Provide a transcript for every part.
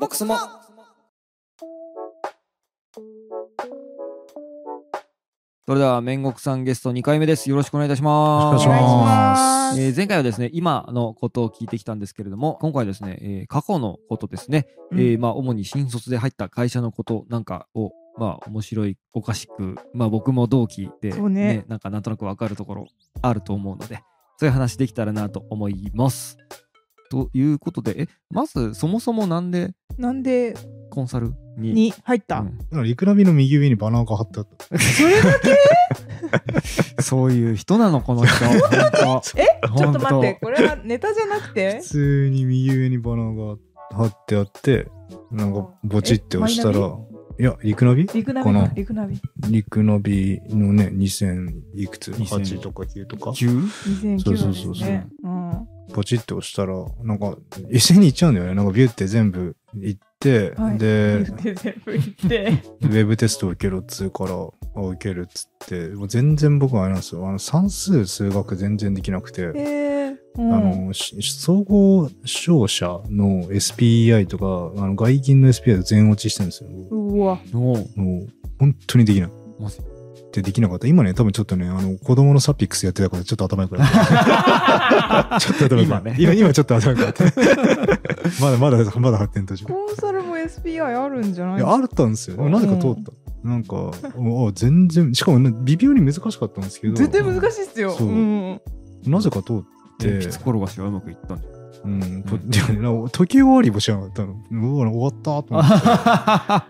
ボックスもそれでは面国さんゲスト2回目ですよろしくお願いいたしよまろすしくお願いしまえー前回はですね今のことを聞いてきたんですけれども今回はですね、えー過去のことですね、うんえーまあ、主に新卒で入った会社のことなんかをまあ面白いおかしく、まあ、僕も同期で、そうねなんかなんとなく分かるところあると思うのでそういう話できたらなと思います。ということでえまずそもそもなんでなんでコンサルにに入った、うんだから、イクラビの右上にバナーが貼ってあった。それだけそういう人なの この人本え当ちょっと待って本これはネタじゃなくて 普通に右上にバナーが貼ってあって、なんか、ボチって押したら、えいや、リクナビリクナビこかのリクナビリクナビのね、2000いくつ2000 ?8 とか9とか当。急2009そうそ年うですそうそうねうんポチって押したら、なんか、一斉に行っちゃうんだよね。なんか、ビューって全部行って、はいで、言って全部言ってウェブテスト受けろっつうから、あ、受けるっつって、もう全然僕はあれなんですよ。あの、算数、数学全然できなくて。えーうあんの、し総合商社の SPI とか、あの外勤の SPI と全落ちしてるんですよ。うわおうもう、本当にできない。マジで、できなかった。今ね、多分ちょっとね、あの、子供のサピックスやってたから、ちょっと頭良 くなった。ちょっと頭良くなった。今ね今、今ちょっと頭良くなった。 まだまだ、まだ発展途中。いコンサルも SPI あるんじゃないや、あったんですよ。でもなぜか通った。なんか、もうあ全然、しかもね、微妙に難しかったんですけど、絶対難しいっすよそうん なぜか通って、鉛筆転がしはうまくいったんじうん、とでもねなんか時終わりも知らなかったの。うわ、終わったと思って。ゃん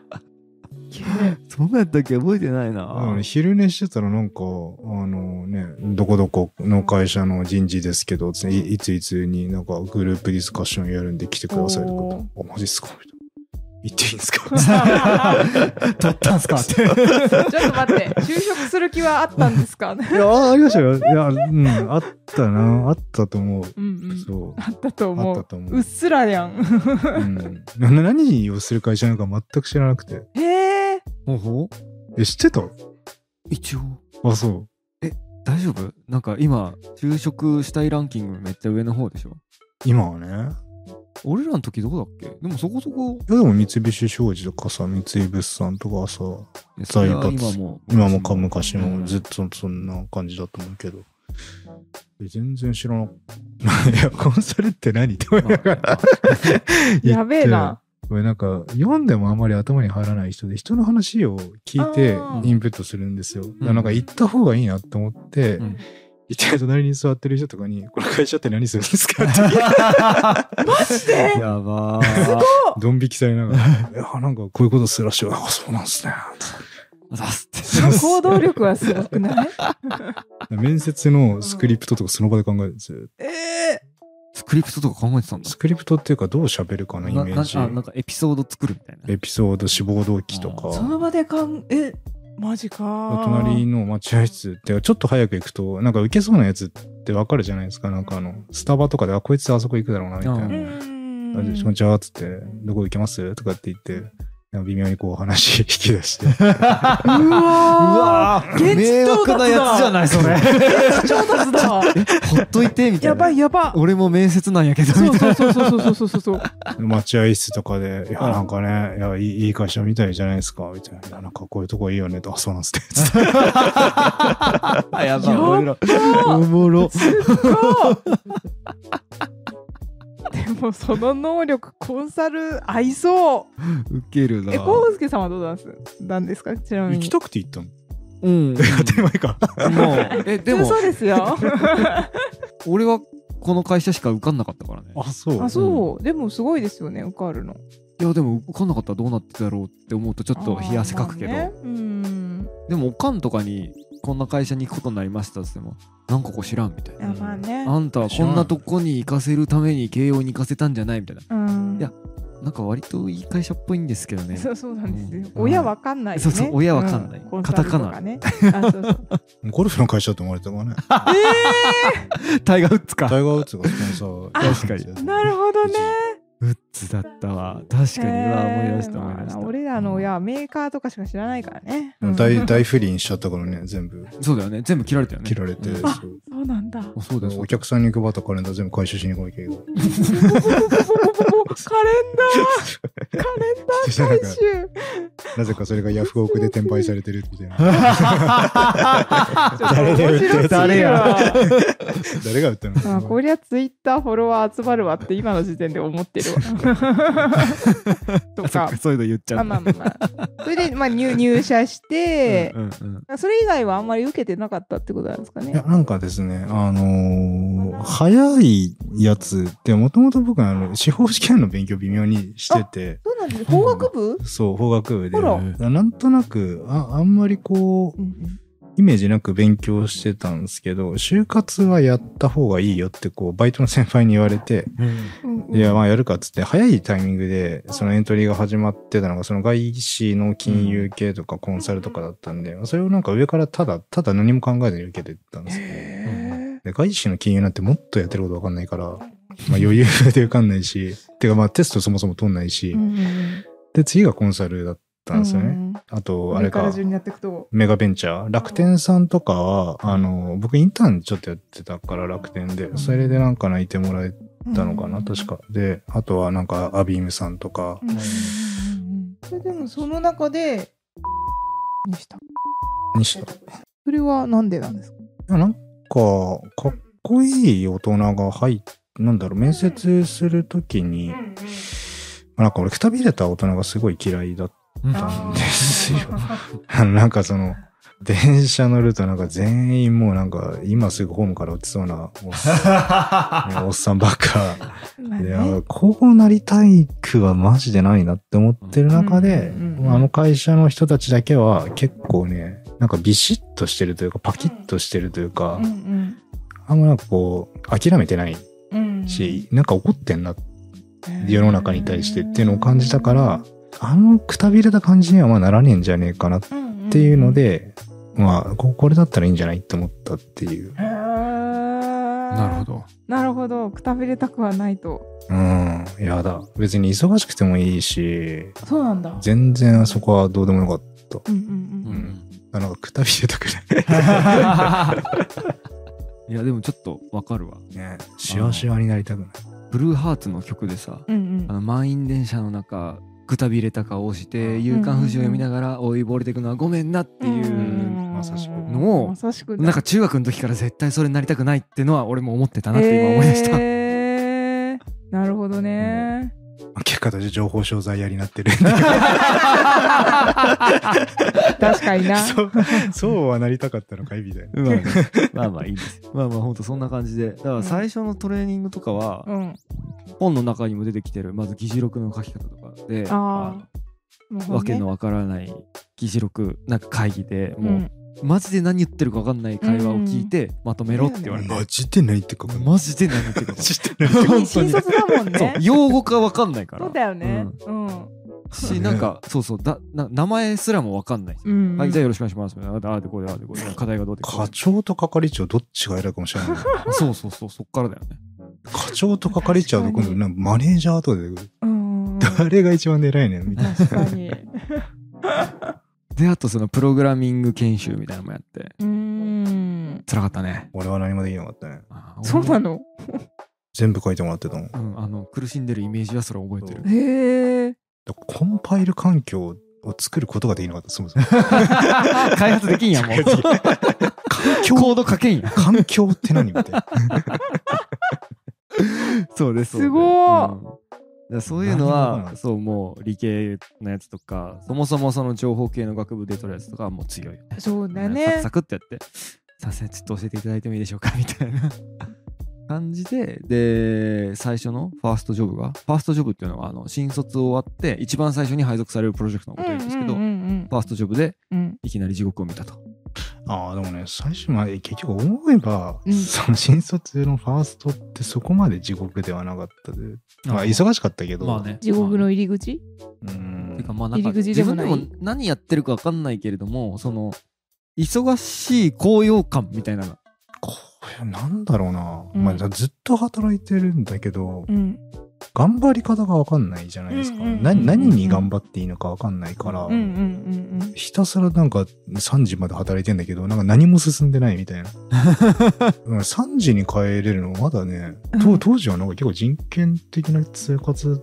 そうやったっけ覚えてないな、うん昼寝してたらなんか、あのね、どこどこの会社の人事ですけど、ついいついつになんかグループディスカッションやるんで来てくださいとか、あ、マジっすかみたいな。行っていいんすか 取ったん すかってちょっと待って就職する気はあったんです かいや、あありましたよ。いや、うん、あったな、あったと思う。うんうんそう。あったとあ思ったうと思うっう。すらや んうん、な何をする会社なのか全く知らなくて。へえほうほうえ、知ってた一応あ、そう。大丈夫なんか今就職したいランキングめっちゃ上の方でしょ今はね。いや、俺らの時どこだっけでもそこそこでも三菱商事とかさ、三井物産とかさ、えそれは財閥今も今もか昔うもんずっとそんな感じだと思うけど。え全然知らなか った。いや、コンサルって何って思いながら。やべえなこれなんか、読んでもあんまり頭に入らない人で、人の話を聞いてあーインプットするんですよ。だからなんか行った方がいいなと思って、うん一回隣に座ってる人とかに、この会社って何するんですかって、マジで やばドン引きされながら、いや、なんかこういうことするらしいわ。あ、そうなんすね。ー出すってその行動力はすごくない面接のスクリプトとかその場 で考えるんですよ。ええスクリプトとか考えてたんだスクリプトっていうかどう喋るかのイメージ。ななあなんかエピソード作るみたいなエピソード、志望動機とあか。その場でかんえマジか隣の待合室ってちょっと早く行くとなんか受けそうなやつってわかるじゃないですかなんかあのスタバとかであこいつあそこ行くだろうなみたいなうあうんん「こんにちは」っつって「どこ行きます?」とかって言ってなんか微妙にこう話引き出してうわーう現地到達だないそれー調達だ わほっといてみたいなやばいや ば俺も面接なんやけどみそたういなそうそうそうそうそうそうそう待合室とかで「いやなんかねいやいいいい会社みたいじゃないですか」みたいな「いやなんかこういうとこいいよね」と「あそうなんすね」つってやばい俺らおもろでもその能力コンサル合いそうウケるなえ幸介さんはどうなんすなんですかちなみ行にきたくて行ったの うん当たり前かもうえでもそうです よ俺はこの会社しか受かんなかったからねあそうあそうでもすごいですよね受かるのいやでも受かんなかったらどうなってたろうって思うとちょっと冷や汗かくけど、あーまあねうんでもおかんとかにこんな会社に行くことになりましたっつってもなんかここ知らんみたいなあまあねあんたはこんなとこに行かせるために慶応に行かせたんじゃないみたいなうんいやなんか割といい会社っぽいんですけどねそうそうなんですよ。うん親わかんないよね。そうそう親わかんないコンサルとカタカナね。 あそうそうゴルフの会社って思われたからねタイガー・ウッズタかイガー・ウッズがスポンサー確かになるほどね。ウッズだったわ確かにうわ思い出しえーた思い出した、まあ俺らの親はメーカーとかしか知らないからね。うん大大不倫しちゃったからね全部そうだよね全部切られたよね切られて、うんあそうそうなん だ。そうだよそうおだよ客さんに配 ったカレンダー全部回収しに来いけど。ポポポポポポポカレンダそしたら回なんか収なぜかそれがヤフオクで転売されてるみたいな。 誰で売ってる誰や誰が売ったのあこりゃツイッターフォロワー集まるわって今の時点で思って るわ。とあそっかか、そういうの言っちゃあうんだまあまあまあ。それで、まあ、入入社して、うんうんうんそれ以外はあんまり受けてなかったってことなんですかいや、ね。なんかですね、あのー早いやつって、もともと僕はあの司法試験の勉強微妙にしてて、そうなんです。法学部、そう、法学部で、あらなんとなくあ、あんまりこう、イメージなく勉強してたんですけど、就活はやった方がいいよって、こう、バイトの先輩に言われて、うんうんいや、まあやるかっつって、早いタイミングで、そのエントリーが始まってたのが、その外資の金融系とかコンサルとかだったんで、それをなんか上からただ、ただ何も考えずに受けてったんですよ。へで外資の金融なんてもっとやってることわかんないから、まあ余裕で受かんないし、てかまあテストそもそも取んないし、ーうんうんで、次がコンサルだったんですよね。うんあうんと、あれ上か、順にやっていくと。メガベンチャー。楽天さんとかは、あの、僕インターンちょっとやってたから楽天で、それでなんか泣いてもらえたのかな、確か。で、あとはなんかアビームさんとか、うんうんうんうん。それでもその中で、にした。にした。いそれはなんでなんですかやなんか、かっこいい大人が入っなんだろう、面接するときに、まあなんか俺くたびれた大人がすごい嫌いだっうんたんですよ。あの なんかその、電車乗るとなんか全員もうなんか今すぐホームから落ちそうなおっさん ねおっさんばっか。まあい ねや、こうなりたいくはマジでないなって思ってる中で、うんあの会社の人たちだけは結構ね、なんかビシッとしてるというか、パキッとしてるというか、うんあんまなんかこう、諦めてないうんうんし、なんか怒ってんな、世の中に対してっていうのを感じたから、あのくたびれた感じにはまあならねえんじゃねえかなっうんていうの、で、まあ、ここれだったらいいんじゃないって思ったっていう。ななるほど。なるほどくたびれたくはないとうん、やだ。別に忙しくてもいいし、そうなんだ全然あそこはどうでもよかった。うんうんううんんうんあなんかくたびれたくない。 いやでもちょっとわかるわ。ね、しわしわになりたくない。ブルーハーツの曲でさ、うんあうんの満員電車の中くたびれた顔をして夕刊富士を読みながら追いぼれていくのはごめんなっていうんう、うんまさしくのをまさしくなんか中学の時から絶対それになりたくないってのは俺も思ってたなって今思い出した。えーなるほどね結果として情報商材やりなって る。確かになそう、そうはなりたかったのかいみたいな。まあね、まあまあいいです。 まあまあほんとそんな感じでだから最初のトレーニングとかはうん本の中にも出てきてるまず議事録の書き方とかであもうほんあねのわけのわからない議事録なんか会議でうもう、んマジで何言ってるか分かんない会話を聞いて、まとめろって言われて、マジでないって書くのマジで何言ってるか分かん ないジでない。本当新に卒だもんねそう用語か分かんないからそうだよねうんしなんかそうそうだな名前すらも分かんない、うんはいじゃあよろしくお願いしますあああでこうでああでこうで課題がどうでこう課で長と係長どっちが偉いかもしれない。そうそうそうそっからだよね課長と係長と今度なんかマネージャーとかで、うんうん誰が一番偉いねんみたいな。確かにであとそのプログラミング研修みたいなのもやってうん辛かったね俺は何もできなかったね。あそうなのの全部書いてもらってたもん。だかうん、あの苦しんでるイメージはそれ覚 えてるへえらコンパイル環境を作ることができなかった。そもそも。開発できんやんもう コード書けんやん環境って何みたいな。そうです。すごーそうですうんだからそういうの何もなは、いそう、もう理系のやつとか、そもそもその情報系の学部で取るやつとかはもう強いよね。そうだサクねサクってやって、させちょっと教えていただいてもいいでしょうかみたいな 感じで、で、最初のファーストジョブが、ファーストジョブっていうのは、あの、新卒終わって、一番最初に配属されるプロジェクトのことを言うんですけど、うんうんうんファーストジョブでうんうんいきなり地獄を見たと。ああ、でもね、最初まで結局思えば、うんその新卒のファーストってそこまで地獄ではなかったで。まあ、忙しかったけど。まあね。地獄の入り口うてんか。まあなんか入り口で自も分でないも何やってるか分かんないけれどもその忙しい高揚感みたいなのこうなんだろうな。うんまあ、ずっと働いてるんだけどう、ん頑張り方がわかんないじゃないですか。うんうんうんうんな何に頑張っていいのかわかんないから、うんうんうんひたすらなんか3時まで働いてんだけど、なんか何も進んでない みたいな。うん3時に帰れるのまだね、うとん当時はなんか結構人権的な生活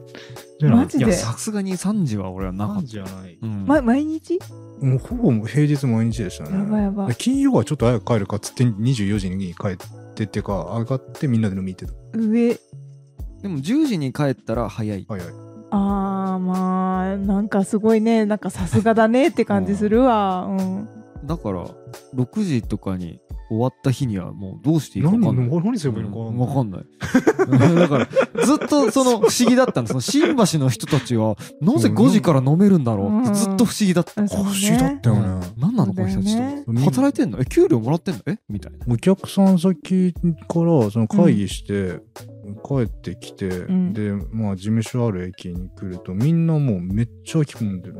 じゃないマジいでやさすがに3時は俺はなかっ3た、時じゃない。うんま、毎日もうほぼ平日毎日でしたね。やばいやばで金曜はちょっと早く帰るかっつって24時に帰ってっていうか、上がってみんなで飲み行ってた。上でも10時に帰ったら早いはいはい。あーまあなんかすごいねなんかさすがだねって感じするわ、うん、だから6時とかに終わった日にはもうどうしていいか何分かんない何すればいいのかわかんないわかんない。 だから、ずっとその不思議だったの。その新橋の人たちは、なぜ5時から飲めるんだろうってずっと不思議だった。あそうおかしいだっねたよね。何なのこの人たちそうだよねと思って。働いてんのえ、給料もらってんのえみたいな。お客さん先からその会議して帰ってきて、んでまあ事務所ある駅に来るとみんなもうめっちゃ空き込んでる、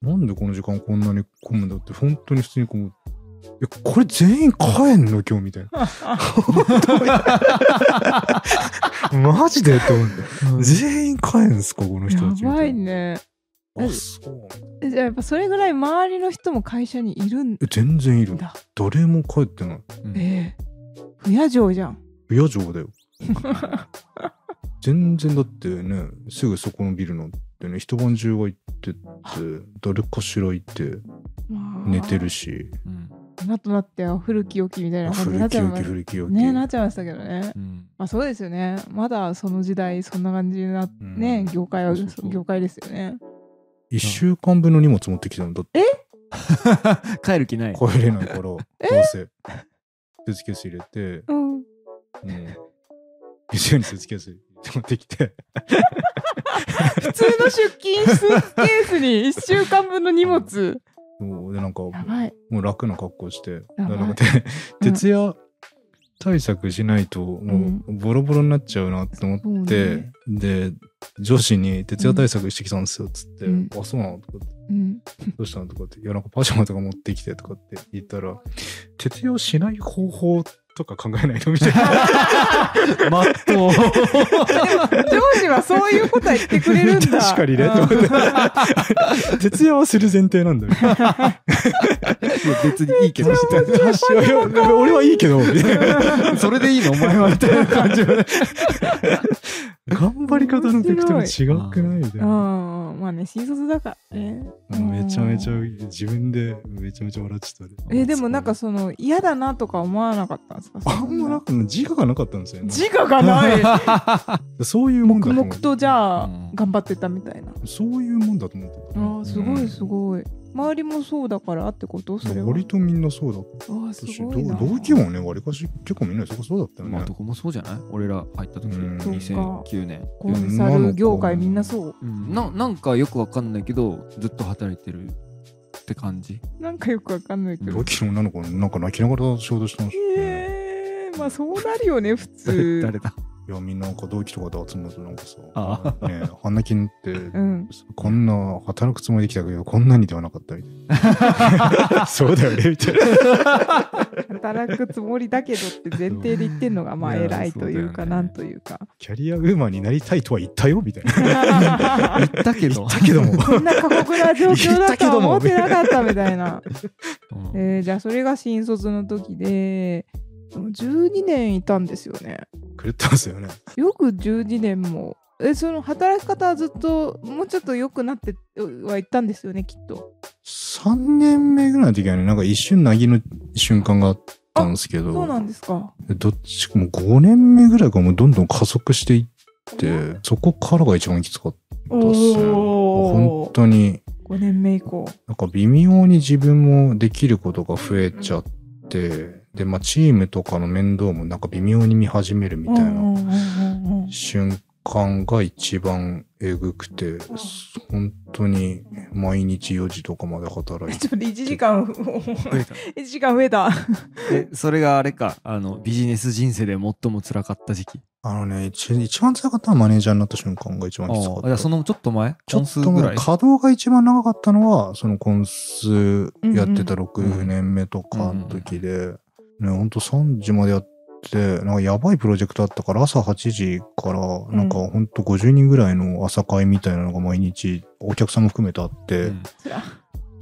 なんでこの時間こんなに混むんだって本当に普通にこうえこれ全員帰んの今日みたい な本当に マジでって思って全員帰んすかこの人やたちみばたいいなねあそうえじゃあやっぱそれぐらい周りの人も会社にいるんえ全然いるだ誰も帰ってないええ不夜城じゃん不夜 城だよ全然だってねすぐそこのビルなんてね一晩中は行ってって誰かしらいてまあ寝てるしうんなとなっては古き良きみたいな感じにな古っきちゃい良まきし古き良たき、ねなっちゃいましたけどねうんまあそうですよねまだその時代そんな感じなうんね、業界はそうそうそう業界ですよね1週間分の荷物持ってきたんだって 帰る気ない。帰れないからどうせスーツケース入れてうんうん一緒にスーツケース持ってきて普通の出勤スーツケースに1週間分の荷物そうでなんかやばいもう楽な格好して、やばいなんかて徹夜対策しないともううボロボロになっちゃうなと思って、で上司に「徹夜対策してきたんですよ」っつって「うんあそうなの?」とか うん「どうしたの?」とかって「いやなんかパジャマとか持ってきて」とかって言ったら「徹夜しない方法とか考えないの?」みたいなまっとう。上司はそういうことは言ってくれるんだ 確かにねうとん思って徹夜はする前提なんだよ別にいいけど、いやいや俺はいいけどみたい なそれでいいのお前はみたいな感じはね。頑張り方のベクトル違くないみたいな。うんまあね新卒だからねめちゃめちゃ自分でめちゃめちゃ笑っちゃったねえでもなんかその嫌だなとか思わなかったんですかあんまなく自我がなかったんですよね自我がない そういうもんだ黙と思々うとじゃうあん頑張ってたみたいなそういうもんだと思ってあーすごいすいごい周りもそうだからってことそれは割とみんなそうだっあーたすしごいな同同期もね割かし結構みんなそこそうだったよまあねどこもそうじゃない俺ら入った時、うん2009年。コンサル業界みんなそううんななんかよくわかんないけど、ずっと働いてるって感じ。なんかよくわかんないけど同期の女の子なんか泣きながら仕事してましたねえー、まあそうなるよね普通 誰だいやみんななんか同期とかで集まるとなんかあさね花金ってうんこんな働くつもりできたけどこんなにではなかったみた いなそうだよねみたいな働くつもりだけどって前提で言ってんのがまあいや偉いというそかうだなよねんというかキャリアウーマンになりたいとは言ったよみたいな言ったけど。だけ どもこんな過酷な状況だとは思ってなかったみたいなうんえーじゃあそれが新卒の時ででも12年いたんですよね狂ってますよねよく12年もえその働き方はずっともうちょっと良くなってはいったんですよねきっと3年目ぐらいの時はねなんか一瞬なぎの瞬間があったんですけそうなどんですかどっちもう5年目ぐらいからもうどんどん加速していってそこからが一番きつかったっすねおー本当に5年目以降なんか微妙に自分もできることが増えちゃってでまあチームとかの面倒もなんか微妙に見始めるみたいうんなうんうんうんうん瞬間が一番えぐくて本当に毎日4時とかまで働いてちょっと1時間 1時間増えたえそれがあれかあのビジネス人生で最も辛かった時期あのね、一一番辛かったのはマネージャーになった瞬間が一番きつかっあた。あいやそのちょっと前ちょコンっスとぐら前い稼働が一番長かったのは、そのコンスやってたうん6年目とかの時で、ね、ほんと3時までやっって、なんかやばいプロジェクトあったから、朝8時から、なんかほんと50人ぐらいの朝会みたいなのが毎日、お客さんも含めてあって、うん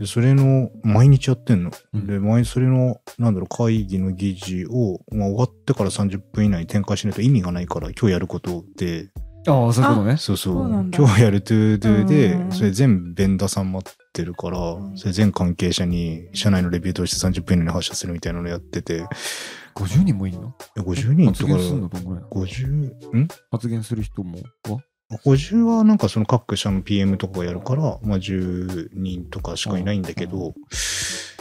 で、それの、毎日やってんの。うんで、毎、それの、なんだろう、会議の議事を、まあ、終わってから30分以内に展開しないと意味がないから、今日やることで、ああそういうことねそうそう、そうなんだ今日やるトゥードゥうんうんうーんで、それ全ベンダーさん待ってるから、それ全関係者に、社内のレビューとして30分以内に発射するみたいなのやってて、 50人もいんのえ50人発とか言するのどんぐらいなの 50? ん発言する人もは ?50 はなんかその各社の PM とかがやるから、まあ10人とかしかいないんだけど、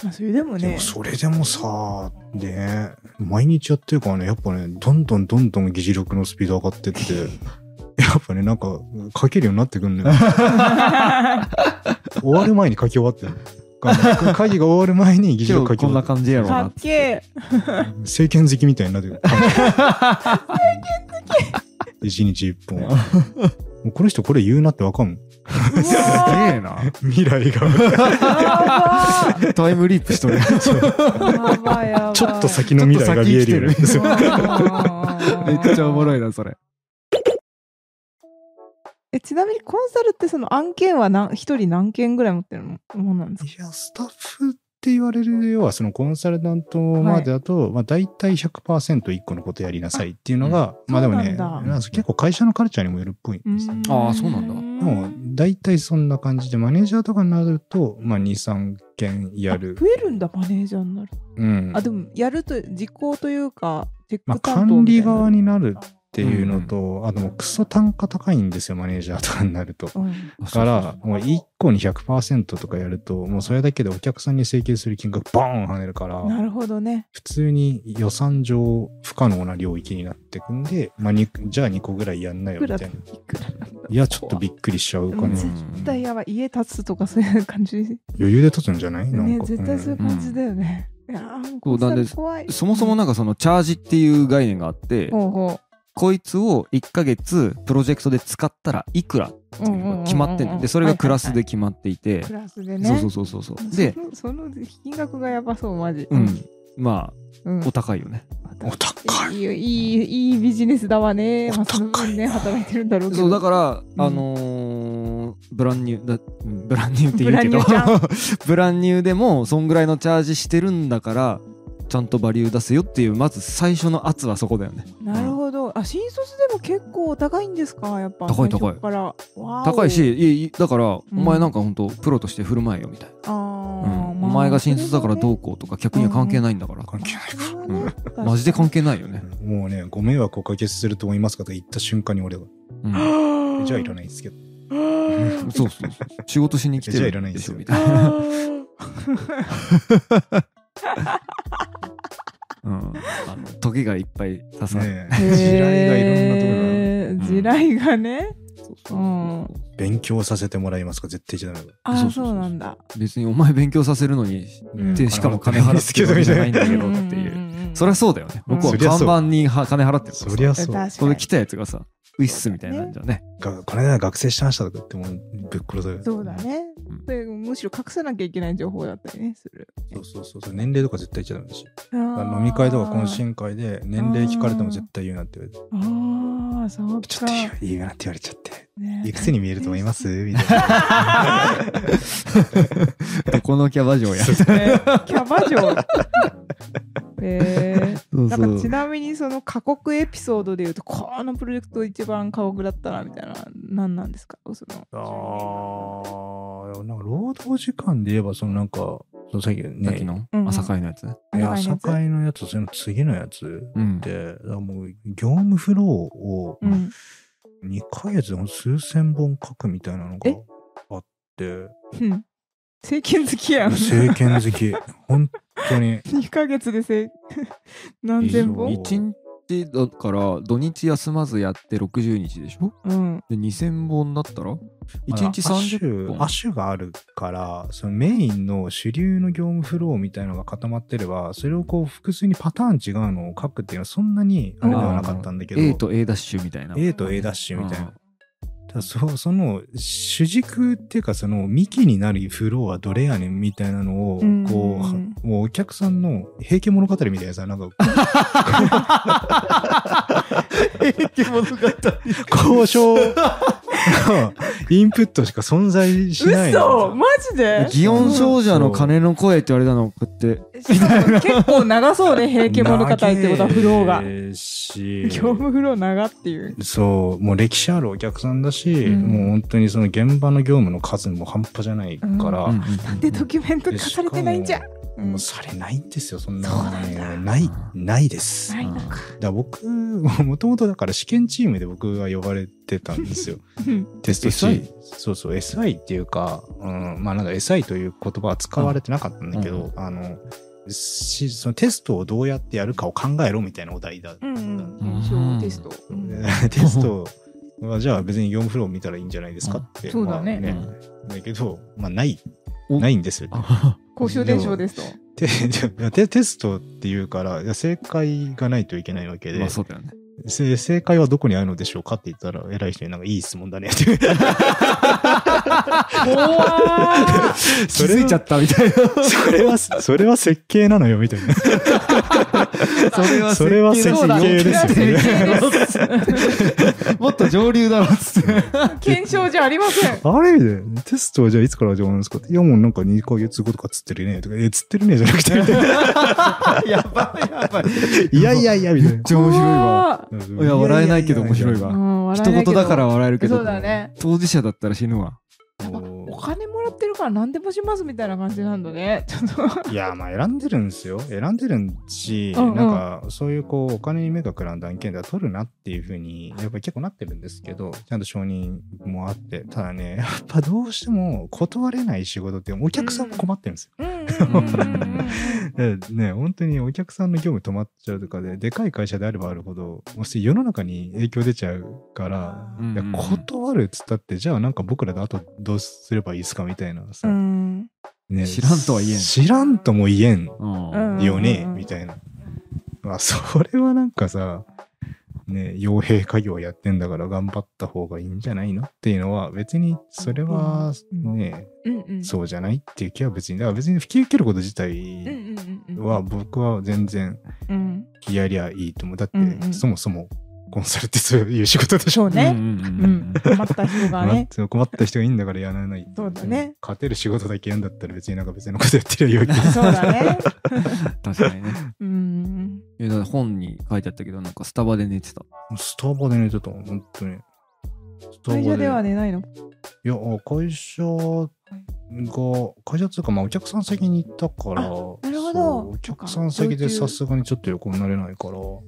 まあ、それでもでねもそれでもさ、ね、毎日やってるからね、やっぱね、どんどんどんどん議事録のスピード上がってって、 やっぱね、なんか書けるようになってくんのよ。終わる前に書き終わってる。会議が終わる前に議事今録日書きこんな終わってる。感じやろうかなっけえ政権好きみたいになってる。一日一本。もうこの人これ言うなってわかん。うすげわえな未来が。ータイムリープしとるやばいやばいちょっと先の未来が見えるよね。うわー めっちゃおもろいなそれえちなみにコンサルってその案件は何一人何件ぐらい持ってるのもんなんですかいや、スタッフって言われる要は、そのコンサルタントまでだと、まあ大体100%一個のことやりなさいっていうのが、まあでもね、そうなんだなんか結構会社のカルチャーにもよるっぽいんですよ。あーそうなんだでも大体そんな感じで、マネージャーとかになると、まあ2、3件やるあ。増えるんだマネージャーになるうん。あでもやると実行というかチェッまあク担当管みた理いな、側になるっていうのと、あともうクソ単価高いんですよ、マネージャーとかになると。うんだだから、もう1個に100%とかやると、もうそれだけでお客さんに請求する金額バーン跳ねるから、なるほどね普通に予算上不可能な領域になってくんで、まあ、にじゃあ2個ぐらいやんなよみたいな。いくらなんだいや、ちょっとびっくりしちゃうおうん金。絶対やばい家建つとかそういう感じね余裕で立つんじゃないなんか。絶対そういう感じだよね、いやーもうコンサル怖いそもそもなんかそのチャージっていう概念があってほうほこいつを1ヶ月プロジェクトで使ったらいくらううんうんうんうん決まってんのでそれがクラスで決まっていてクラスでねそうそうそうそうそうでそのその金額がやばそうマジうんまうんあお高いよねお高い。いいよいいいいビジネスだわね。まあ、その分ね、働いてるんだろうけど。そうだかうら、んあのーブランニューだうんブランニューってブ言うランけニどューちゃ ブランニューでもそんぐらいのチャージしてるんだからちゃんとバリュー出せよっていうまず最初の圧はそこだよねなるほど。あ、新卒でも結構お高いんですか、やっぱ。高い高い最初からわお高いし。いいだから、んお前なんか本当プロとして振る舞えよみたいあーな、まあうんお前が新卒だからどうか。こうとか客には関係ないんだから、関係ないそれはうんね確かにマジで関係ないよね、もうね、ご迷惑おかけすると思いますかと言った瞬間に俺が、う んじゃあいらないですけど。あ そうそうそう仕事しに来てじゃあいるらないんでですしょよみたいな、 ーうん、あの時がいっぱい刺さる、ねえ、地雷がいろんなところにあるへーん地雷がね。そうそうそう勉強させてもらいますか絶対じゃないわ。あそうー、そそうそううなんだ。別にお前勉強させるのにうんでしかも金払ってるわけじゃないんだけどってうんいううんうんうんそりゃそうだよねうん向こうはそりゃ看そう板には金払ってるからさそりゃ確そうか。にそれ来たやつがさウィッスみたいなんじゃねがこの間学生してましたとか言ってもうぶっ殺される。そうだねうん。でむしろ隠さなきゃいけない情報だったりね、する。そうそうそうそう。年齢とか絶対言っちゃダメだし。飲飲み会とか懇親会で年齢聞かれても絶対言うなって言われて。ああ、そうか。ちょっと言う言うなって言われちゃって。ねいくつに見えると思い ますみたいな。どこのキャバ嬢やそうねキャバ嬢。えそうー、そなんうかちなみにその過酷エピソードでいうとこのプロジェクト一番過酷だったなみたいな何なんですかそのあーなんか労働時間で言えば、そのなんか、そのさっきさっきね、のうんうん朝会のやつねあのあの朝やつ会のやつ、その次のやつうんで、だからもう業務フローをうん2ヶ月で数千本書くみたいなのがえあって、うん政権好きやん政権好き。本当に。 2ヶ月でせ何千いい本ぞ1日だから土日休まずやって60日でしょうんで2000本だったら1日30ア本ッシュがあるから、そのメインの主流の業務フローみたいのが固まってれば、それをこう複数にパターン違うのを書くっていうのはそんなにあれではなかったんだけど、 A と A ダッシュみたいな A と A ダッシュみたいな。だそその主軸っていうかその幹になるフローはどれやねんみたいなのをこう、うんもうお客さんの「平家物語」みたいなさなんか 交渉のインプットしか存在しない嘘マジで祇園少女の鐘の声って言われたのこうやってしかも結構長そう ね平家物語ってことはフローが長えし業務フロー長っていうそうもう歴史あるお客さんだし、うんもう本当にその現場の業務の数も半端じゃないから、うんうんでドキュメント化されてないんじゃうんもうされないんですよそんなそうのなんだないないですなだかいのから僕 もともとだから試験チームで僕が呼ばれてたんで すようんテスト SI チそうそう SI っていうか、うん、まあなんか SI という言葉は使われてなかったんだけど、あのしそのテストをどうやってやるかを考えろみたいなお題だったうんんだ、うん検証テストうん テストはじゃあ別に業務フロー見たらいいんじゃないですかって、うんそうだねまあだけど、まあ、ないおないんですよね あ公衆伝承ですとて テテストっていうからいや正解がないといけないわけで、まあそうだよねせ正解はどこにあるのでしょうかって言ったら偉い人になんかいい質問 だねって怖ー気それはづいちゃったみたいなそれはそれは設計なのよみたい なそれはそれは設そうだ 計ですよね設計ですもっと上流だろっつって検証じゃありませんあれでテストはじゃあいつから始まるんですかっていやもうなんか2ヶ月後とかつってるねとかえつってるねじゃな くてみたいなやばいやばいいやいやいやみたいめなっちゃ面白いわわ いや笑えないけど面 白いーわうん笑一えないけ言どだから笑えるけどそうだね当事者だったら死ぬわお金もらってるから何でもしますみたいな感じなんだね。ちょっと。いやまあ選んでるんですよ選んでるんし、うんうんなんかそういうこうお金に目がくらんだ案件では取るなっていうふうにやっぱり結構なってるんですけどちゃんと承認もあってただねや っぱどうしても断れない仕事ってお客さんも困ってるんですよ、うんうんうんうんうんでね本当にお客さんの業務止まっちゃうとかででかい会社であればあるほどもし世の中に影響出ちゃうから、うんうんうんいや断るっつったってじゃあなんか僕らであとどうすればいいですかみたいなさ、うんね知らんとは言えん知らんとも言えんうんようんね、うんうんみたいな。まあ、それはなんかさ、ね、傭兵家業やってんだから頑張った方がいいんじゃないのっていうのは、別にそれはね、うんうんそうじゃないっていう気は別に、だから別に引き受けること自うん体うんうんうんは僕は全然うんやりゃいいと思う。だっうんうて、んそもそもコンサルってそういう仕事でしそょうね。うんううんん困った人が ね。困っ困った人がいいんだからやらない。そうだね。勝てる仕事だけやんだったら別になんか別のことやってりゃよい けど。そうだね。確かにねうんいやだから本に書いてあったけどなんかスタバで寝てたスタバで寝てたもん、本当に。スタバ会社では寝ないの。いや、会社が、会社っていうか、まあ、お客さん先に行ったから、なるほなるほどお客さん先でさすがにちょっと横になれないから、も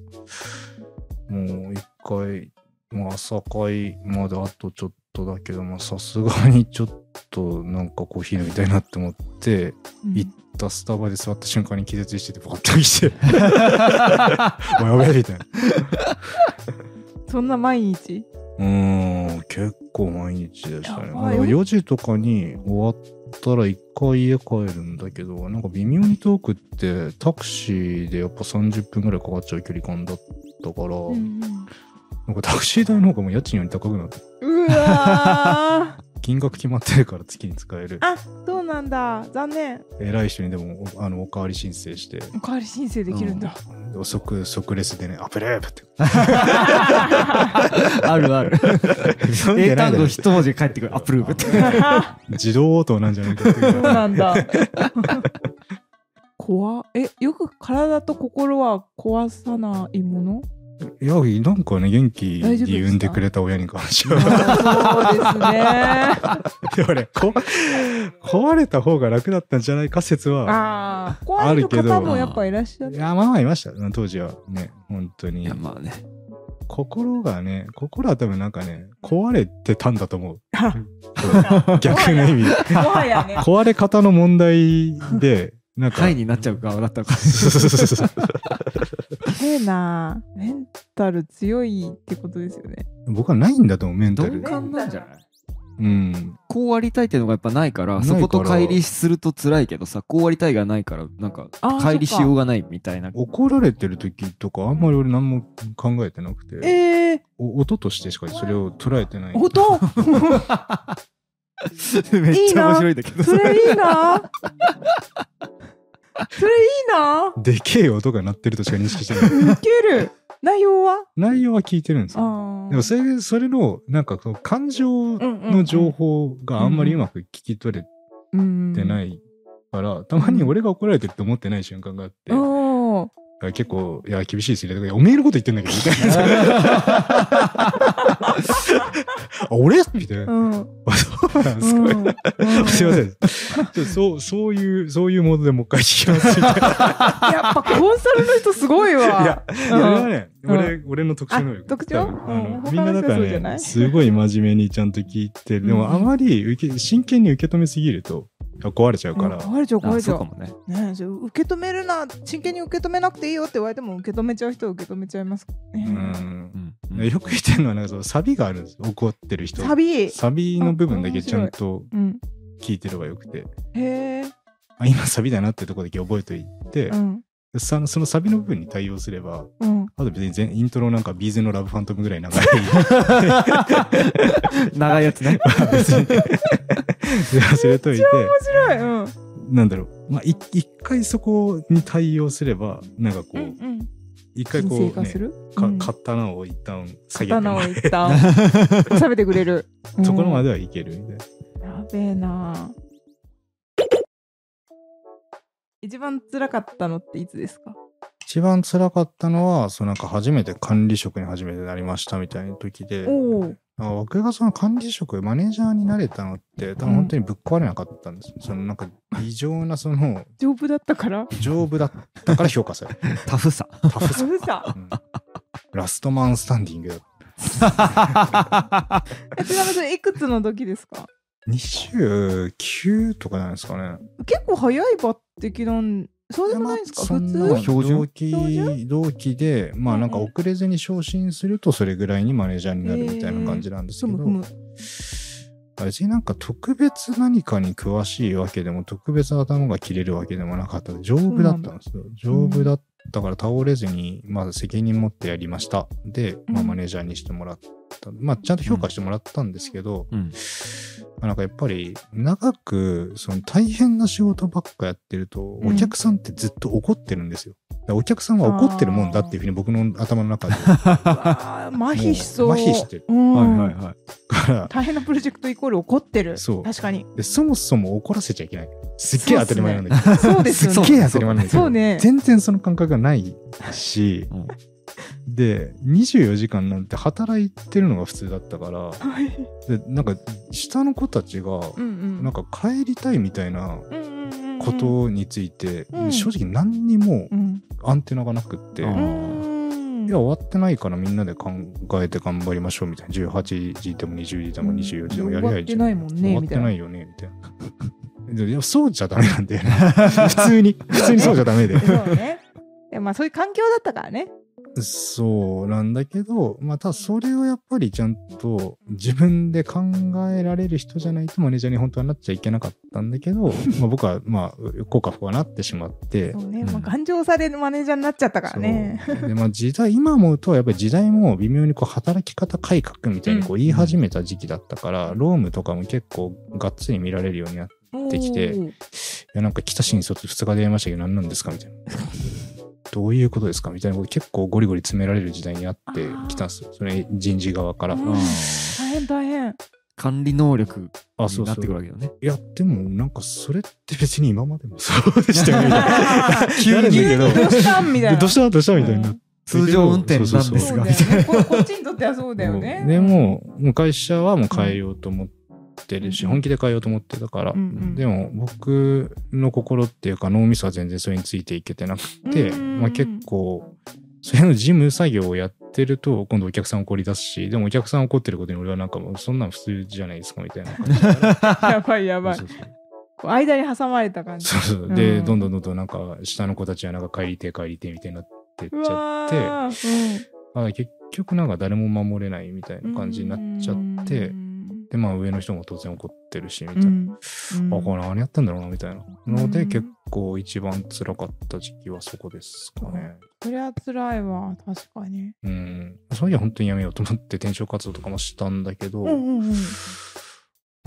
う一回、まあ、朝会まであとちょっとだけど、まあ、さすがにちょっと、なんかコーヒー飲みたいなって思って、うんいダスタバで座った瞬間に気絶してて、バッと起きて、 おやべえみたいな。そんな毎日。うーん、結構毎日でしたね。やまばあいよ4時とかに終わったら一回家帰るんだけど、なんか微妙に遠くってタクシーでやっぱ30分ぐらいかかっちゃう距離感だったから、うんうんなんかタクシー代の方がもう家賃より高くなって、うわー。金額決まってるから月に使える。あ、そうなんだ。残念。偉い人にでもおあのおかわり申請して、おかわり申請できるんだ。うん即、即レスでね、アプレープって。 あるある飲んで 英ない単だ語ろ一文字返ってくるアップルーブって自動応答なんじゃないかっていうそうなんだ。 怖っえよく体と心は壊さないものいや、なんかね、元気大丈夫にですか産んでくれた親に感 謝。 そうですね。でもね、こ壊れた方が楽だったんじゃないか説は。ああ、あ壊れるるけど方もやっぱいらっしゃいる。や、まあまあいました。当時はね、本当いにや。まあね心がね、心は多分なんかね、壊れてたんだと思う。あ 逆の意味で。もはやね。壊れ方の問題で、なんか。会になっちゃう側だったのかそうそうそうそう変なメンタル強いってことですよね。 僕はないんだと思う、メン同タル。感なんじゃないうん。こうありたいっていうのがやっぱないからないかそらこと乖離すると辛いけどさこうありたいがないからなんかあー乖離しようがないみた いな怒られてる時とか、あんまり俺何も考えてなくて、ええお音としてしかそれを捉えてない。ほとんめっいいちゃな面白いんだけ どそれいいな それいいなでけえ音が鳴ってるとしか認識して なウい。ケる内容は内容は聞いてるんですあよ。ーでもそれ、それの、なんかその感情うんうんうんの情報があんまりうまく聞き取れてなっいから、たまに俺が怒られてるって思ってない瞬間があって、おーあ結構、いや、厳しいですね。とかおめえのこと言ってんだけど、みたい な。あ俺みたいな。うんあそうなん ですか。うんすいません。ちょそう、そういう、そういうモードでもう一回聞きますみたいな。やっぱコンサルの人すごいわ。 いや、うん、それはね、うん俺、俺の特殊能力。あ特徴多分あうん他のの人みんなだかそうじゃらなね、いすごい真面目にちゃんと聞いてる。でうんも、あまり受け、真剣に受け止めすぎると、あ壊れちゃううかんら。壊れちゃう壊 あれちそゃうかうもねねえそれ受け止めるな真剣に受け止めなくていいよって言われても受け止めちゃう人は受け止めちゃいますからうね、んう。んよく言ってるのは、なんかそのサビがあるんですよ。怒ってる人。サビ、サビの部分だけちゃんとうん、聞いてればよくて。へえ、あ今サビだなってとこだけ覚えておいて、うんさそのサビの部分に対応すれば、うん、あと別に全イントロなんかビーズのラブファントムぐらい長い。 長いやつ ね別に忘れ といて、面白い、うん、なんだろう。まあ、い一回そこに対応すれれば、なんかこうう、んうん、一回人こ生う、化すね、る、かうん、刀を一旦下げて刀もをらう、一旦 食べてくれる、そこのまで、ではいけるみたいな。やべえな一番辛かったのっていつですか一番辛かったのは、そうなんか初めて管理職に初めてなりましたみたいな時で、おうあ僕がその管理職、マネージャーになれたのって、多分本当にぶっ壊れなかったんです。そのなんか異常なその丈夫だったから丈夫だったから評価され る。タフさタフそさ。うさうんラストマンスタンディングだ。えちなみにそれいくつの時ですか29とかじゃないですかね。結構早い抜擢なんそうでもないんですか、まあそんな普通標準同期、同期で、まあなんか遅れずに昇進するとそれぐらいにマネージャーになるみたいな感じなんですふけど、むふむ別になんか特別何かに詳しいわけでも特別頭が切れるわけでもなかった丈夫だったんですよ丈夫だったから倒れずにまず責任持ってやりましたで、まあ、うんマネージャーにしてもらった、まあちゃんと評価してもらったんですけど、うんまあなんかやっぱり長くその大変な仕事ばっかやってるとお客さんってずっと怒ってるんですよだからお客さんは怒ってるもんだっていうふうに僕の頭の中であー麻痺しそうもう麻痺してるうんはいはいはいから 大変なプロジェクトイコール怒ってるそう確 かにでそもそも怒らせちゃいけないすっげえ当たり前なんだけ どそうですよすっねげえ当たり前なんだけどそうね全然その感覚がないしうんで24時間なんて働いてるのが普通だったからはいでなんか下の子たちがうんうんなんか帰りたいみたいなうんうんうんうんことについて、うん正直何にもうんアンテナがなくって、うんういんや終わってないからみんなで考えて頑張りましょうみたいな18時でも20時でも24時でもやりゃいいじゃん終わってないもんね終わってないよねみたいなでいやそうじゃダメなんだ よね普通 に普通にそうじゃダメでそうねでまあそういう環境だったからねそうなんだけど、まあ、ただそれをやっぱりちゃんと自分で考えられる人じゃないとマネージャーに本当はなっちゃいけなかったんだけど、まあ僕は、まあ、効果不はなってしまってそ、うねうんまあ頑丈さでマネージャーになっちゃったからねそう で、まあ、時代、今思うと、やっぱり時代も微妙にこう働き方改革みたいにこう言い始めた時期だったから、ロームとかも結構がっつり見られるようになって、できおてーいや、なんか北新卒2日でやりましたけど、何なんですか みたいな。どういうことですかみたいなこと結構ゴリゴリ詰められる時代になってきたんですよ。それ人事側から。うん大変大 変管理能力あ、そにうなそってくるわう。けよねいや、でもなんかそれって別に今までもそうでしたよね。 みたい急になるんだけどうしたんみたいど。などうしたどうしたみたいになって。通常運転なんですがそうだよねここっちにとってはそうだよね。でも、もう会社はもう変えようと思ってるし、うん本気で変えようと思ってたから、うんうんでも僕の心っていうか脳みそは全然それについていけてなくて、うんまあ、結構、それの事務作業をやってると、今度お客さん怒り出すし、でもお客さん怒ってることに俺はなんかもうそんなん普通じゃないですかみたいな。やばいやばいそ。うそうそうこう間に挟まれた感じ。そうそうで、うんどんどんどんどんなんか下の子たちはなんか帰りてえ帰りてえみたいになってっちうゃわって、ーうんあ結局なんか誰も守れないみたいな感じになっちゃって、うんで、まあ上の人も当然怒ってるし、みうたいな。んうんあ、これ何やってんだろうな、みたいな。のうで、ん結構一番辛かった時期はそこですかね。そりゃ辛いわ確かにうん。そういや、本当にやめようと思って転職活動とかもしたんだけど、うんうんうん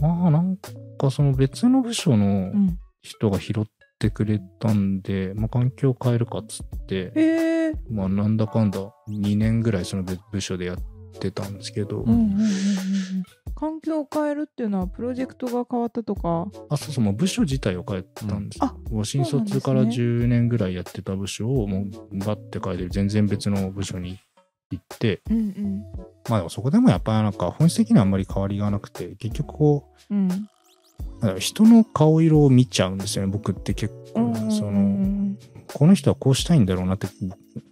まあ、なんかその別の部署のうん人が拾ってくれたんで、まあ、環境変えるかっつって、えーまあ、なんだかんだ2年ぐらいその部部署でやってたんですけど、うんうんうんうんうん環境を変えるっていうのはプロジェクトが変わったとかあ、そうそう、まあ、部署自体を変えたんでうす。んあもう新そうなんですね卒から10年ぐらいやってた部署をもうバッて変えて全然別の部署に行って、うんまあでもそこでもやっぱりなんか本質的にはあんまり変わりがなくて、結局こう、うんうんなんだろう人の顔色を見ちゃうんですよね、僕って結う構ん。そうんうの、んこの人はこうしたいんだろうなって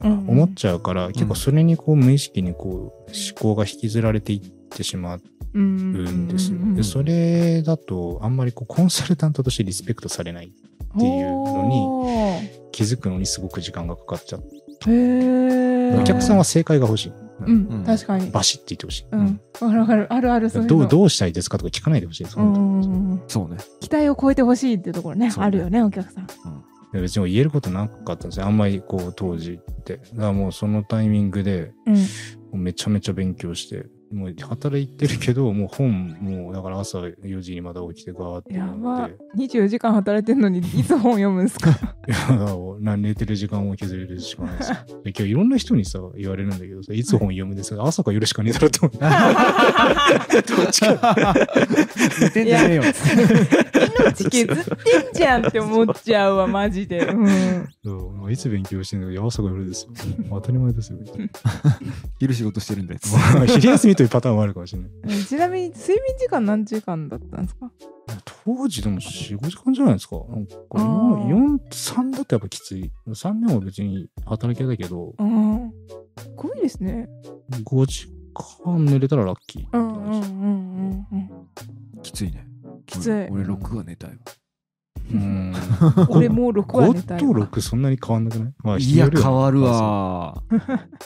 うん思っちゃうから、結構それにこう無意識にこう思考が引きずられていってしまううんうんうんんですよ。うんうんでそれだとあんまりこうコンサルタントとしてリスペクトされないっていうの気づくのにすごく時間がかかっちゃう。にへーお客さんは正解が欲しい。うん、うん確かにバシッて言ってほしい。うんわかるわかるあるあるそういうのどうどうしたいですかとか聞かないでほしいです。うんう本んうんそうね。期待を超えてほしいっていうところねそうねあるよねお客さん当に別に言えることなかったんですよ。あんまりこう当時って。だからもうそのタイミングでうんめちゃめちゃ勉強して、もう働いてるけど、もう本、もうだから朝4時にまた起きてガーってやな ばって、 24時間働いてんのにいつ本読むんですかいやだから寝てる時間を削れるしかな いですよ。で今日いろんな人にさ、言われるんだけどさ、いつ本読むんですか朝か夜しかねえだろと思って。 どっちか。寝てんじゃねえよ。命削ってんじゃんって思っちゃうわマジで、うん、そういつ勉強してんのいや朝か 夜ですよ。当たり前ですよ。昼仕事してるんだよ。まあ昼休みというパターンもあるかもしれない。ちなみに睡眠時間何時間だったんですか当時でも4、5時間じゃないですか。なんかあー4、3だとやっぱきつい。3年は別に働きだけど、うんすごいですね5時間寝れたらラッキーってうんうんう感んじ。うんうんきついね。きつい俺、6は寝たよ。うん。俺もう6は寝5たといわ6そんなに変わんなくないまあいや、人によ変わるよまあわ。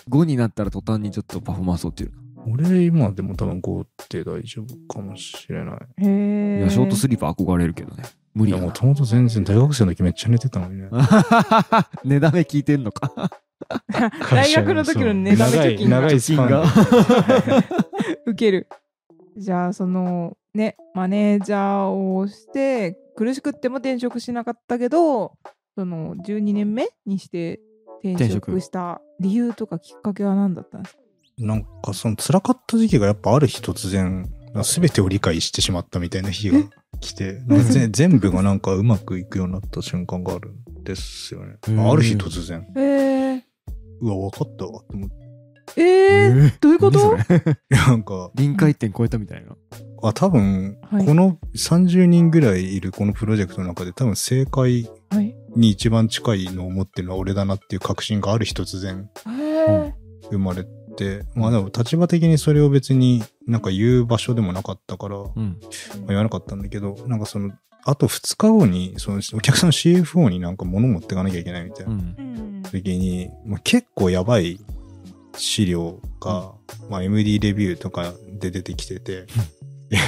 5にな ったら途端にちょっとパフォーマンス落ちる。そう俺今でも多分5って大丈夫かもしれない。へえいや、ショートスリーパー憧れるけどね。無い理や、だもな。ともと全然大学生の時めっちゃ寝てたのにね。 寝だめ聞いてんのか。大学の時の寝だめ貯金が 長い長いスパンが。受けるじゃあそのねマネージャーをして苦しくっても転職しなかったけどその12年目にして転職職した理由とかきっかけは何だったんですかなんかその辛かった時期がやっぱある日突然、全てを理解してしまったみたいな日が来て、なんかぜ全 部がなんかうまくいくようになった瞬間があるんですよね。うんある日突然、えー、うわ、分かったわって思って。 えー、どういうこと何それいやなんか、臨界点超えたみたいな。あ、多分、はいこの30人ぐらいいるこのプロジェクトの中で多分正解はいに一番近いのを持ってるのは俺だなっていう確信がある日突然えー生まれて、まあでも立場的にそれを別になんか言う場所でもなかったから、うん。まあ言わなかったんだけど、なんかその、あと2日後に、そのお客さんの CFO になんか物持ってかなきゃいけないみたいうなう。んん時に、まあ、結構やばい資料が、まあ、MD レビューとかで出てきてて、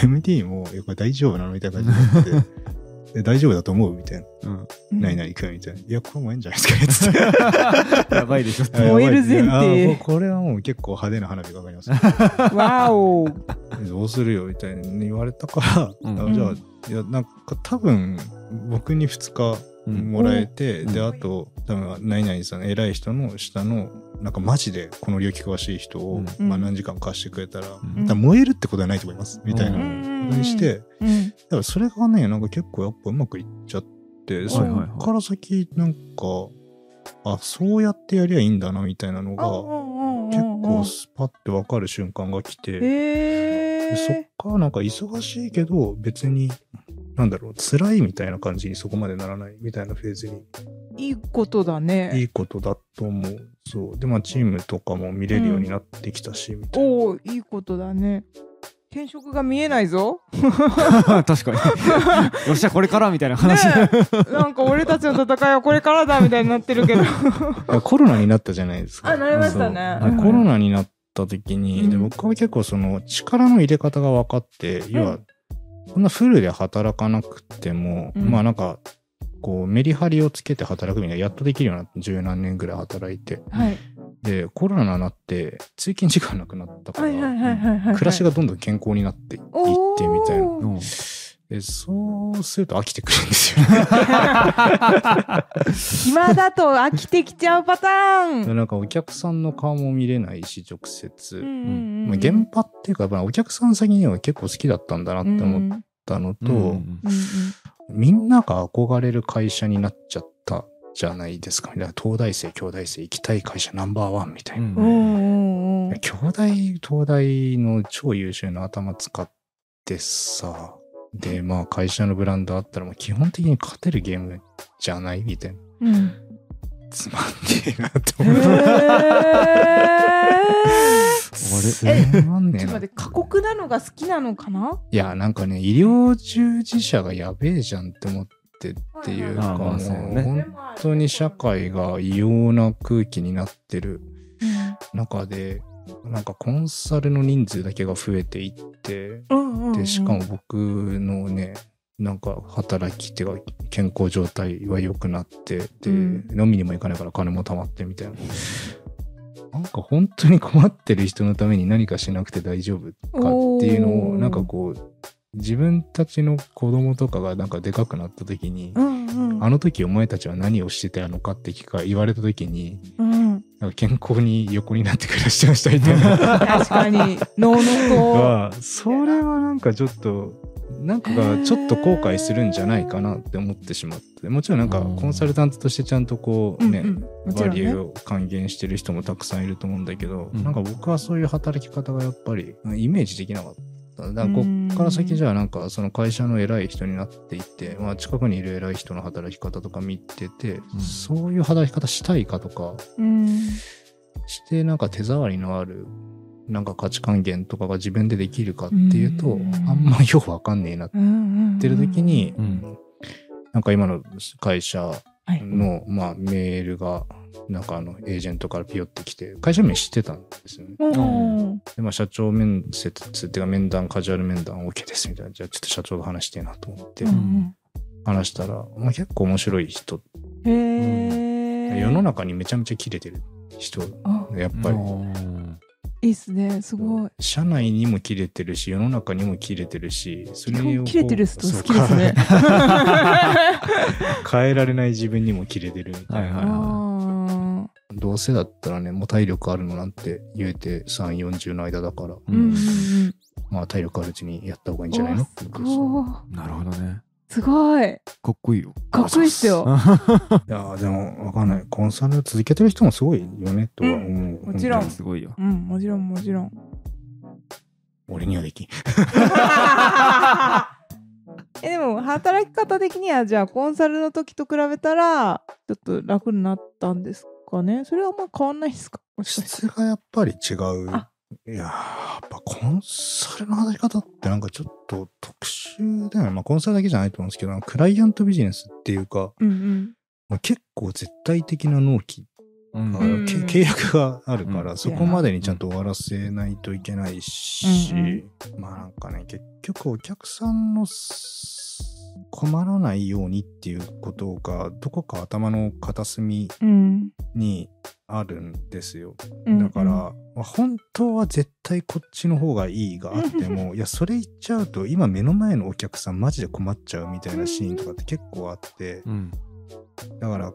MD も、いやこれ大丈夫なのみたいな感じにな って。え大丈夫だと思うみたいな。うん。何々くんみたいな。いや、これもええんじゃないですか、つってやばいでしょ。あやばい燃える前提いやあ もうこれはもう結構派手な花火がかかります。わおどうするよみたいに言われたから、うんあじゃあ、いや、なんか多分、僕に2日もらえて、うんで、うんあと、多分、何々さん、偉い人の下の、なんかマジでこの領域詳しい人を、うんまあ何時間貸してくれたら、だかうんら燃えるってことはないと思います、みたいなうことにして、うんだからそれがね、なんか結構やっぱうまくいっちゃって、そはいはいはいっから先、なんか、あ、そうやってやりゃいいんだな、みたいなのが、結構スパッてわかる瞬間が来て、えでそっからなんか忙しいけど別になんだろう辛いみたいな感じにそこまでならないみたいなフェーズにいいことだいねいことだと思うそうでまあチームとかも見れるようになってきたし、みたいなおおいいことだね転職が見えないぞ 確かに。よっしゃ、これからみたいな話。ね えなんか俺たちの戦いはこれからだみたいになってるけどコロナになったじゃないですかあなりましたねそうはいコロナになっった時に、うんで僕は結構その力の入れ方が分かって、要はそんなフルで働かなくても、うんまあなんかこうメリハリをつけて働くみたいなやっとできるようになって十何年ぐらい働いてはいでコロナになって通勤時間なくなったから、はいはいはいはいはい暮らしがどんどん健康になっていってみたいなおーうんでそうすると飽きてくるんですよね暇だと飽きてきちゃうパターンなんかお客さんの顔も見れないし直接、うんうんうんまあ、現場っていうか、まあ、お客さん先には結構好きだったんだなって思っうんたのと、うんうんうんみんなが憧れる会社になっちゃったじゃないですか。だから東大生、京大生行きたい会社ナンバーワンみたいおな。ーおーおー京大、東大の超優秀な頭使ってさ、で、まあ会社のブランドあったらもう基本的に勝てるゲームじゃないみたいな。うんつまんねえなとへ思って。ーつまんね えちょっとな待って過酷なのが好きなのかないや、なんかね、医療従事者がやべえじゃんって思ってっていうまか、あまあそうもうね本当に社会が異様な空気になってる中で、なんかコンサルの人数だけが増えていって、で、しかも僕のね、なんか働き手が健康状態は良くなって、うで、ん飲みにも行かないから金も貯まってみたいな。なんか本当に困ってる人のために何かしなくて大丈夫かっていうのおをーなんかこう自分たちの子供とかがなんかでかくなった時に、うんうんあの時お前たちは何をしてたのかって聞か言われた時にうんなんか健康に横になって暮らしてましたみたいな確か に脳の子はそれはなんかちょっとなんかがちょっと後悔するんじゃないかなって思ってしまってもちろんなんかコンサルタントとしてちゃんとこうね、うんうんもちバろんリねューを還元してる人もたくさんいると思うんだけど、うんなんか僕はそういう働き方がやっぱりうんイメージできなかった。だからこっから先じゃあなんかその会社の偉い人になっていって、まあ、近くにいる偉い人の働き方とか見てて、うんそういう働き方したいかとかうんしてなんか手触りのあるなんか価値還元とかが自分でできるかっていうと、うんあんまよくわかんねえなっうんうんうんてる時に、うんなんか今の会社はいの、まあ、メールが、なんかあの、エージェントからピヨってきて、会社名知ってたんですよね。おーで、まあ、社長面接っていうか面談、カジュアル面談 OK ですみたいな。じゃあ、ちょっと社長と話してえなと思ってう、ん話したら、まあ、結構面白い人、うんへー世の中にめちゃめちゃキレてる人、あやっぱり。いいっすねすごい社内にもキレてるし、世の中にもキレてるし、それを基こ本う切れてる人好きでそすうね 変えられない自分にもキレてるみたいな。はいはいあどうせだったらね、もう体力あるのなんて言うて3、40の間だから、ーうんうんうんまあ体力あるうちにやった方がいいんじゃないおのーすごいなるほどねすごいかっこいいよかっこいいっすよいやーでもわかんない。コンサル続けてる人もすごいよね、とは思う。もちろん 本すごいようんもちろんもちろん当に俺には できん。えでも働き方的にはじゃあコンサルの時と比べたらちょっと楽になったんですかねそれはあんま変わんないですかもしかして質がやっぱり違う。あいやーやっぱコンサルの働き方ってなんかちょっと特殊だよね。まあコンサルだけじゃないと思うんですけど、クライアントビジネスっていうか、うんまあ、結構絶対的な納期うんあうんけ契約があるかうら、んそこまでにちゃんと終わらせないといけないし、うんまあなんかね結局お客さんのす困らないようにっていうことがどこか頭の片隅うんうんにあるんですようんだから、まあ本当は絶対こっちの方がいいがあっ てもいやそれ言っちゃうと今目の前のお客さんマジで困っちゃうみたいなシーンとかって結構あってうんだから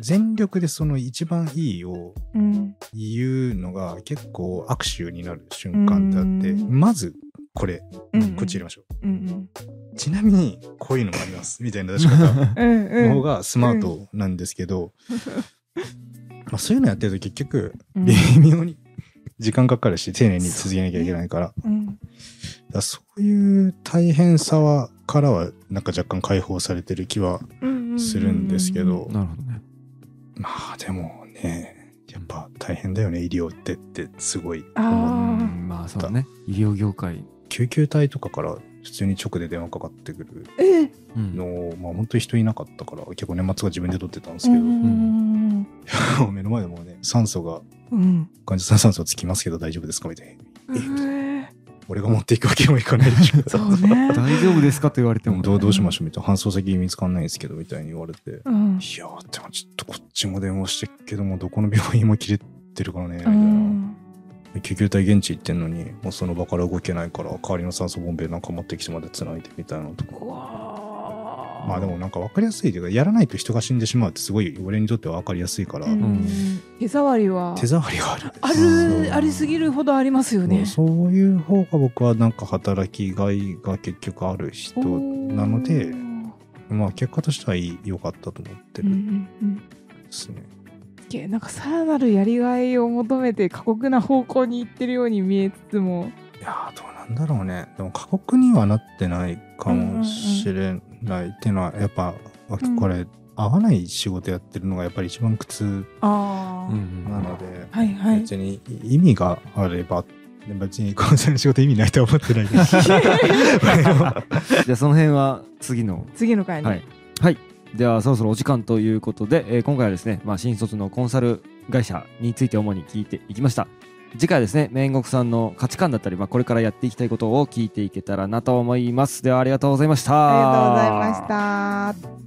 全力でその一番いいをうん言うのが結構握手になる瞬間であって、うんまずこれ、うんうんこっち入れましょう。うんちなみに、こういうのもあります。みたいな出し方うんうんうんの方がスマートなんです けど、まあ、そういうのやってると結局、うん微妙に時間かかるし、丁寧に続けなきゃいけないから、だうかんらそういう大変さは、からは、なんか若干解放されてる気はうんうんするんですけど、なるほどねまあでもね、やっぱ大変だよね、医療ってってすごいうあんまあそうだね医療業界救急隊とかから普通に直で電話かかってくるあえうんのを、まあ本当に人いなかったから結構年末は自分で撮ってたんですうけんど、うんうんうんもう目の前でもうね、酸素が、うん患者さん酸素つきますけど大丈夫ですかみたいな。ええ俺が持っていくわけにもいかないでしょ。 そうね大丈夫ですかと言われてでももどうどうしましょうみたいな。搬送先見つかんないんですけど、みたいに言われて。うんいやー、でもちょっとこっちも電話してっけども、どこの病院も切れてるからね、みたういな。ん救急隊現地行ってんのに、もうその場から動けないから、代わりの酸素ボンベなんか持ってきてまで繋いでみたいなとか。うわーまあでもなんか分かりやすいというか、やらないと人が死んでしまうってすごい俺にとっては分かりやすいから、うん手触りは手触りがある。あそうるありすぎるほどありますよねそうそういう方が僕はなんか働きがいが結局ある人なのおでー、まあ結果としてはいい良かったと思ってうんうるんんうんですね。すげえなんかさらなるやりがいを求めて過酷な方向に行ってるように見えつつもいやーどうなんだろうね。でも過酷にはなってないかもしれないっていうのは、やっぱこれ、合わない仕事やってるのがやっぱり一番苦痛ああ、うん なので、はいはい別に意味があれば、別にこの先の仕事意味ないとは思ってないけどじゃあその辺は次の次の回に、はいはいではそろそろお時間ということで、えー今回はですね、まあ、新卒のコンサル会社について主に聞いていきました次回はですね煉獄さんの価値観だったり、まあ、これからやっていきたいことを聞いていけたらなと思いますではありがとうございましたありがとうございました